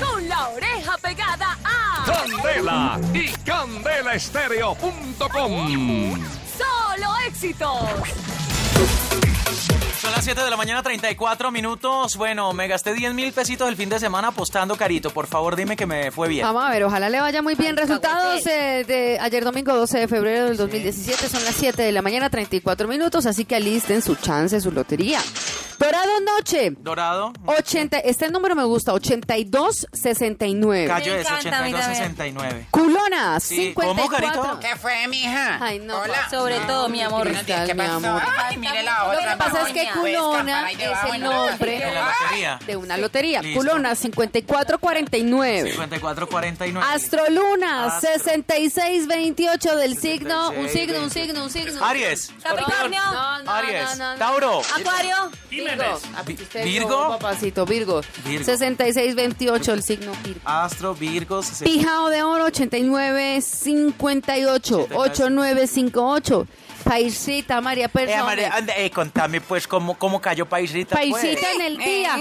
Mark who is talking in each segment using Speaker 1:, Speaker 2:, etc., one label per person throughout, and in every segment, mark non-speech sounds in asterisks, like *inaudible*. Speaker 1: Con la oreja pegada a
Speaker 2: Candela y candelaestereo.com.
Speaker 1: Solo Éxitos.
Speaker 3: Son las 7 de la mañana, 34 minutos. Bueno, me gasté 10 mil pesitos el fin de semana apostando carito. Por favor, dime que me fue bien.
Speaker 4: Vamos a ver, ojalá le vaya muy bien. Resultados eh, de ayer domingo 12 de febrero del 2017 son las 7 de la mañana, 34 minutos, así que alisten su chance, su lotería. Dorado Noche,
Speaker 3: Dorado,
Speaker 4: 80, este número me gusta, 8269.
Speaker 3: Cayo es
Speaker 5: encanta, a mí
Speaker 3: 8269.
Speaker 4: Culona,
Speaker 3: Sí, ¿cómo,
Speaker 4: 54.
Speaker 3: Carito?
Speaker 6: ¿Qué fue, mija?
Speaker 4: Ay, no,
Speaker 6: Hola.
Speaker 5: Sobre todo, mi amor.
Speaker 4: Buenos días,
Speaker 6: ¿Qué
Speaker 4: mi
Speaker 6: pasó?
Speaker 4: amor.
Speaker 6: Ay, mire la
Speaker 4: Lo
Speaker 6: otra.
Speaker 4: que pasa es que
Speaker 5: Campaña.
Speaker 4: Culona
Speaker 6: Pues, campana y
Speaker 4: es
Speaker 6: debajo,
Speaker 4: el
Speaker 6: ¿no?
Speaker 4: nombre
Speaker 3: De la lotería.
Speaker 4: de una lotería.
Speaker 3: Listo.
Speaker 4: Culona, 5449.
Speaker 3: 5449.
Speaker 4: Astroluna,
Speaker 3: Astro.
Speaker 4: 6628 del signo, un
Speaker 3: 66,
Speaker 4: signo, un
Speaker 3: 20.
Speaker 4: signo, un signo.
Speaker 3: Aries.
Speaker 5: Capricornio.
Speaker 4: No, no,
Speaker 3: Aries.
Speaker 4: no, no, no.
Speaker 3: Tauro.
Speaker 5: Acuario.
Speaker 1: *laughs*
Speaker 4: Virgo.
Speaker 3: Vi-
Speaker 4: Usted
Speaker 3: Virgo.
Speaker 4: no, Papacito, Virgo.
Speaker 3: Virgo.
Speaker 4: 6628 el signo Virgo.
Speaker 3: Astro, Virgo, 60.
Speaker 4: Pijao de oro, 8958, 8958. Paisita, María
Speaker 3: Eh, María,
Speaker 4: Persona.
Speaker 3: ande, eh, contame pues cómo, cómo cayó Paisita. pues. eh.
Speaker 4: Paisita en el día.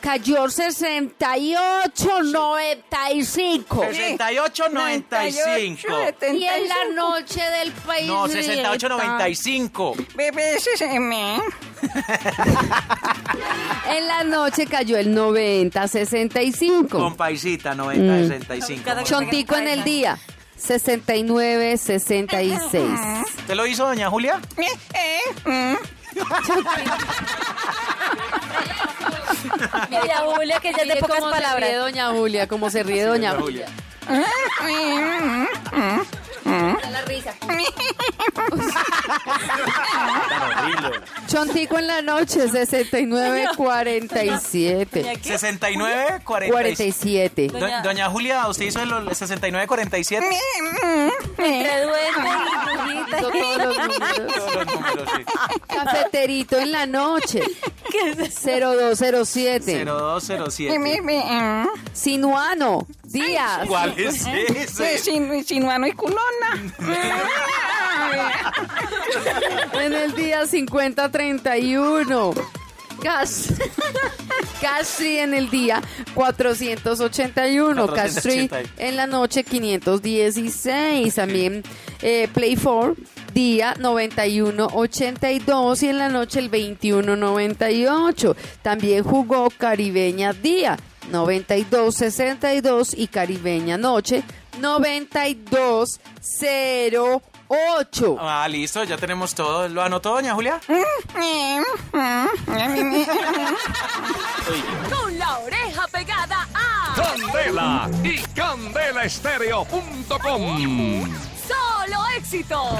Speaker 4: Cayó 68, 95.
Speaker 3: 68, 95.
Speaker 6: este,
Speaker 4: Y en la noche del país.
Speaker 3: No, 68, 95.
Speaker 6: Bebé, ese es
Speaker 4: En la noche cayó el 90, 65.
Speaker 3: Con Paisita, 90, 65.
Speaker 5: Cada que-
Speaker 4: Chontico en el día. 69, 66.
Speaker 3: ¿Te lo hizo doña Julia?
Speaker 6: eh, mm,
Speaker 5: Mira, Julia, que ya es de
Speaker 4: Mire
Speaker 5: pocas
Speaker 4: cómo Se ríe
Speaker 5: palabras.
Speaker 4: doña Julia, como se ríe doña Julia. Chontico en la noche, 69, *laughs* 47.
Speaker 5: ¿Qué?
Speaker 3: 69, 47. Do-
Speaker 4: 47.
Speaker 3: Doña Julia, ¿usted hizo el 69, 47?
Speaker 6: mm,
Speaker 5: Entre duendes y
Speaker 4: Todos
Speaker 5: brujitas.
Speaker 4: *laughs* los números.
Speaker 3: Todos los números, sí.
Speaker 4: Cafeterito en la noche,
Speaker 5: ¿Qué es eso?
Speaker 4: 0207.
Speaker 3: 0207.
Speaker 6: mm.
Speaker 4: Sinuano, Díaz.
Speaker 3: ¿Cuál es ese?
Speaker 6: Sinuano y culona.
Speaker 4: En el día 5031. Gas. *laughs* Castri en el día 481. Castri
Speaker 3: 480.
Speaker 4: en la noche 516. También eh, Play 4. Día 91.82 y en la noche el 21.98. También jugó Caribeña Día 92.62 y Caribeña Noche 92.08.
Speaker 3: Ah, listo, ya tenemos todo. ¿Lo anotó, doña Julia?
Speaker 1: Con la oreja pegada a
Speaker 2: Candela y candelaestereo.com.
Speaker 1: Solo Éxitos.